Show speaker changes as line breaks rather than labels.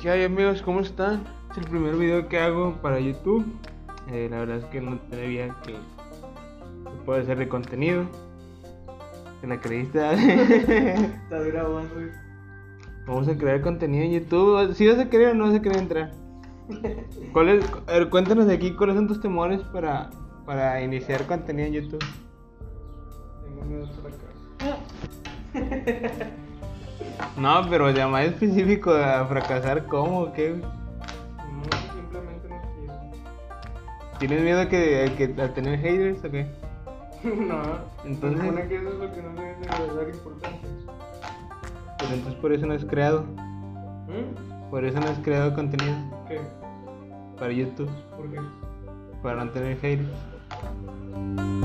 ¿Qué hay amigos? ¿Cómo están? Es el primer video que hago para YouTube. Eh, la verdad es que no tenía que, que pueda hacer de contenido. ¿Te la creíste? Ale?
Estás grabando, güey.
Vamos a crear contenido en YouTube. Si vas a querer o no vas a querer entrar. ¿Cuál es- cu- a ver, cuéntanos de aquí cuáles son tus temores para, para iniciar contenido en YouTube.
Tengo miedo a la cabeza.
No, pero ya más específico a fracasar, ¿cómo? o ¿Qué? güey?
No, simplemente no quiero.
¿Tienes miedo que, que- a tener haters o qué?
no.
Entonces-
Se supone que eso es lo que no debe de verdad importante.
Pero Pues entonces por eso no has creado.
¿Mm?
Por eso no has creado contenido
¿Qué?
para YouTube.
¿Por qué?
Para no tener haters.